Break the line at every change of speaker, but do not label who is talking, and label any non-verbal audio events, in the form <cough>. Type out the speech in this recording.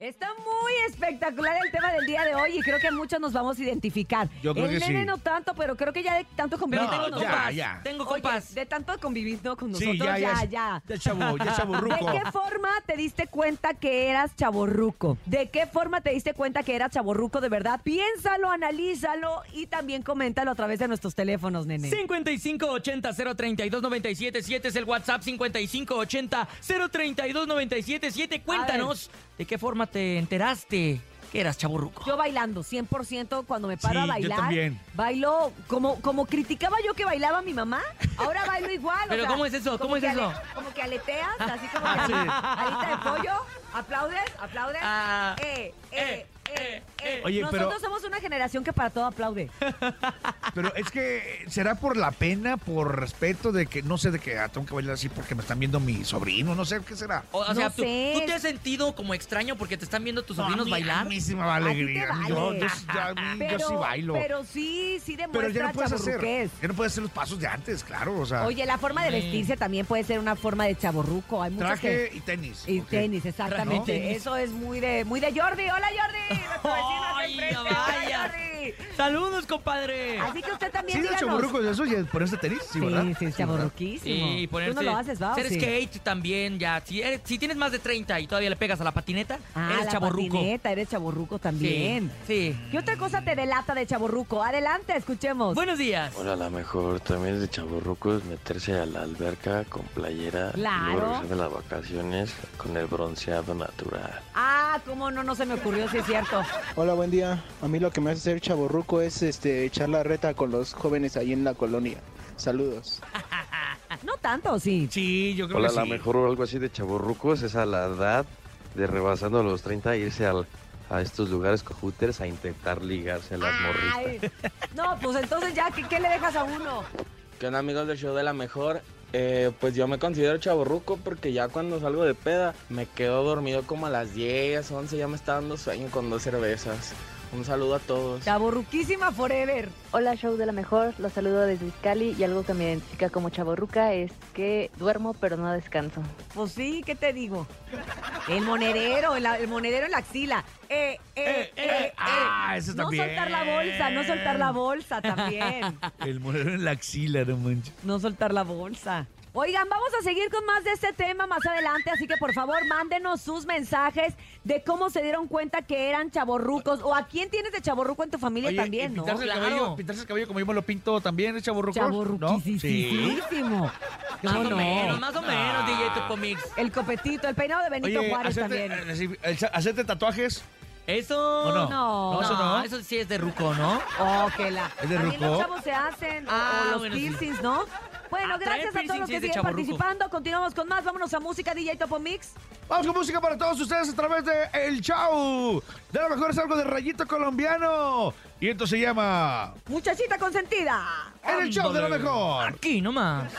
Está muy espectacular el tema del día de hoy y creo que muchos nos vamos a identificar.
Yo creo
el
que
nene
sí.
no tanto, pero creo que ya de tanto convivir
No,
no,
ya,
nos va.
ya.
Tengo
Oye,
compas.
de tanto convivir ¿no? con nosotros,
Sí, ya,
ya,
ya.
ya.
Ya chavo, ya
<laughs> ¿De
chavorruco.
qué forma te diste cuenta que eras chaborruco? ¿De qué forma te diste cuenta que eras chaborruco de verdad? Piénsalo, analízalo y también coméntalo a través de nuestros teléfonos, nene.
5580-032-977 es el WhatsApp 5580-032-977. Cuéntanos de qué forma te enteraste que eras chaburruco.
Yo bailando, 100% cuando me paro a
Sí, yo
bailar.
también.
Bailo, como, como criticaba yo que bailaba mi mamá, ahora bailo igual. o
Pero
sea,
¿cómo es eso?
como
¿Cómo es
que
eso?
como que aleteas, así como que
Sí.
alita de pollo, aplaudes, aplaudes.
Ah,
eh, eh,
eh,
eh, eh.
Oye,
Nosotros
pero-
somos una generación que para todo
<laughs>
aplaude.
Pero es que será por la pena, por respeto de que, no sé, de que ah, tengo que bailar así porque me están viendo mi sobrino, no sé qué será.
O, o sea,
No
tú,
sé.
tú te has sentido como extraño porque te están viendo tus
No,
sobrinos
a mí-
bailar?
A mí sí me vale
A ti te
alegría.
vale.
Yo, yo sí- ya- yo sí bailo. Pero,
Pero sí, sí
ya
demuestra
no puedes hacer. Ah.
chavorruquez.
Ya no puedes hacer los pasos de antes, claro. O sea,
Oye, la forma de
Mm.
vestirse también puede ser una forma de chaborruco. Hay muchas que-
traje y tenis.
Y
ok.
tenis, exactamente.
Traje y tenis.
Eso es muy de, muy de Jordi. ¡Hola, Jordi! Nuestro vecino acá
Ay,
enfrente.
vaya.
Hola, Jordi.
¡Saludos, compadre!
Así que usted
¿Sí
también
de
díganos.
chaburruco de eso? ¿Y ponerse tenis? Sí, ¿verdad?
sí, sí, es
¿verdad?
chaborruquísimo.
Sí, ponerse-
Tú no lo haces, ¿va? ¿O
Ser
sí?
skate también, ya. Si, eres- si tienes más de 30 y todavía le pegas a la patineta,
Ah,
eres
la
chaborruco.
patineta, eres chaborruco también.
Sí. sí.
¿Qué otra cosa te delata de chaborruco? Adelante, escuchemos.
Buenos días.
Bueno, a lo mejor también de chaburruco es meterse a la alberca con playera y
Claro.
luego regresar de las vacaciones con el bronceado natural.
Ah, cómo no, no se me ocurrió, sí es cierto.
Hola, buen día. A mí lo que me hace ser chaborruco es este, echar la reta con los jóvenes ahí en la colonia. Saludos.
No tanto, sí.
Sí, yo creo
Hola,
que
a lo
sí.
mejor algo así de chaburrucos es a la edad de rebasando los 30 irse al- a estos lugares cojúteres a intentar ligarse a las morritas.
Ay, no, pues entonces ya, ¿qué, qué le dejas a uno?
¿Qué onda amigos del show de la mejor? Eh, pues yo me considero chaborruco porque ya cuando salgo de peda me quedo dormido como a las 10, 11, ya me está dando sueño con dos cervezas. Un saludo a todos.
Chaborruquísima forever.
Hola, show de la mejor. Los saludo desde Cali y algo que me identifica como chaborruca es que duermo pero no descanso.
Pues sí, ¿qué te digo? El monedero, el, el monedero en la axila. Eh, eh, eh, eh.
ah, eso
no
también.
soltar la bolsa, no soltar la bolsa
<laughs>
también.
El monedero en la axila, no manches.
no soltar la bolsa. Oigan, vamos a seguir con más de este tema más adelante, así que por favor mándenos sus mensajes de cómo se dieron cuenta que eran chaborrucos o a quién tienes de chaborruco en tu familia
Oye,
también,
y
¿no?
pintarse, el
Claro.
cabello, pintarse el cabello como yo me lo pinto también, es chaburruco. ¿No? Sí. Ah,
Chaborruquisísimo.
Más
¿Cómo
o
no?
menos, más o menos, DJ Tupomix.
El copetito, el peinado de Benito
Oye,
Juárez
hacerte,
también.
eh, sí, el- hacerte tatuajes.
Eso.
¿O no?
No.
No,
eso
eso
no.
sí es de ruco, ¿no?
Oh, que la.
¿Es de
También
ruco?
los chavos se hacen,
Ah,
o los
bueno, sí.
piercings, ¿no? Bueno,
Ah, traer
gracias a todos
piercing
los
sí
que
es de
siguen
chavo ruco.
participando. Continuamos con más. Vámonos a música, DJ Topo Mix.
Vamos con música para todos ustedes a través de El Chau. De lo mejor es algo de rayito colombiano. Y esto se llama
Muchachita consentida.
En el Chau de lo
Ándale.
mejor.
Aquí nomás.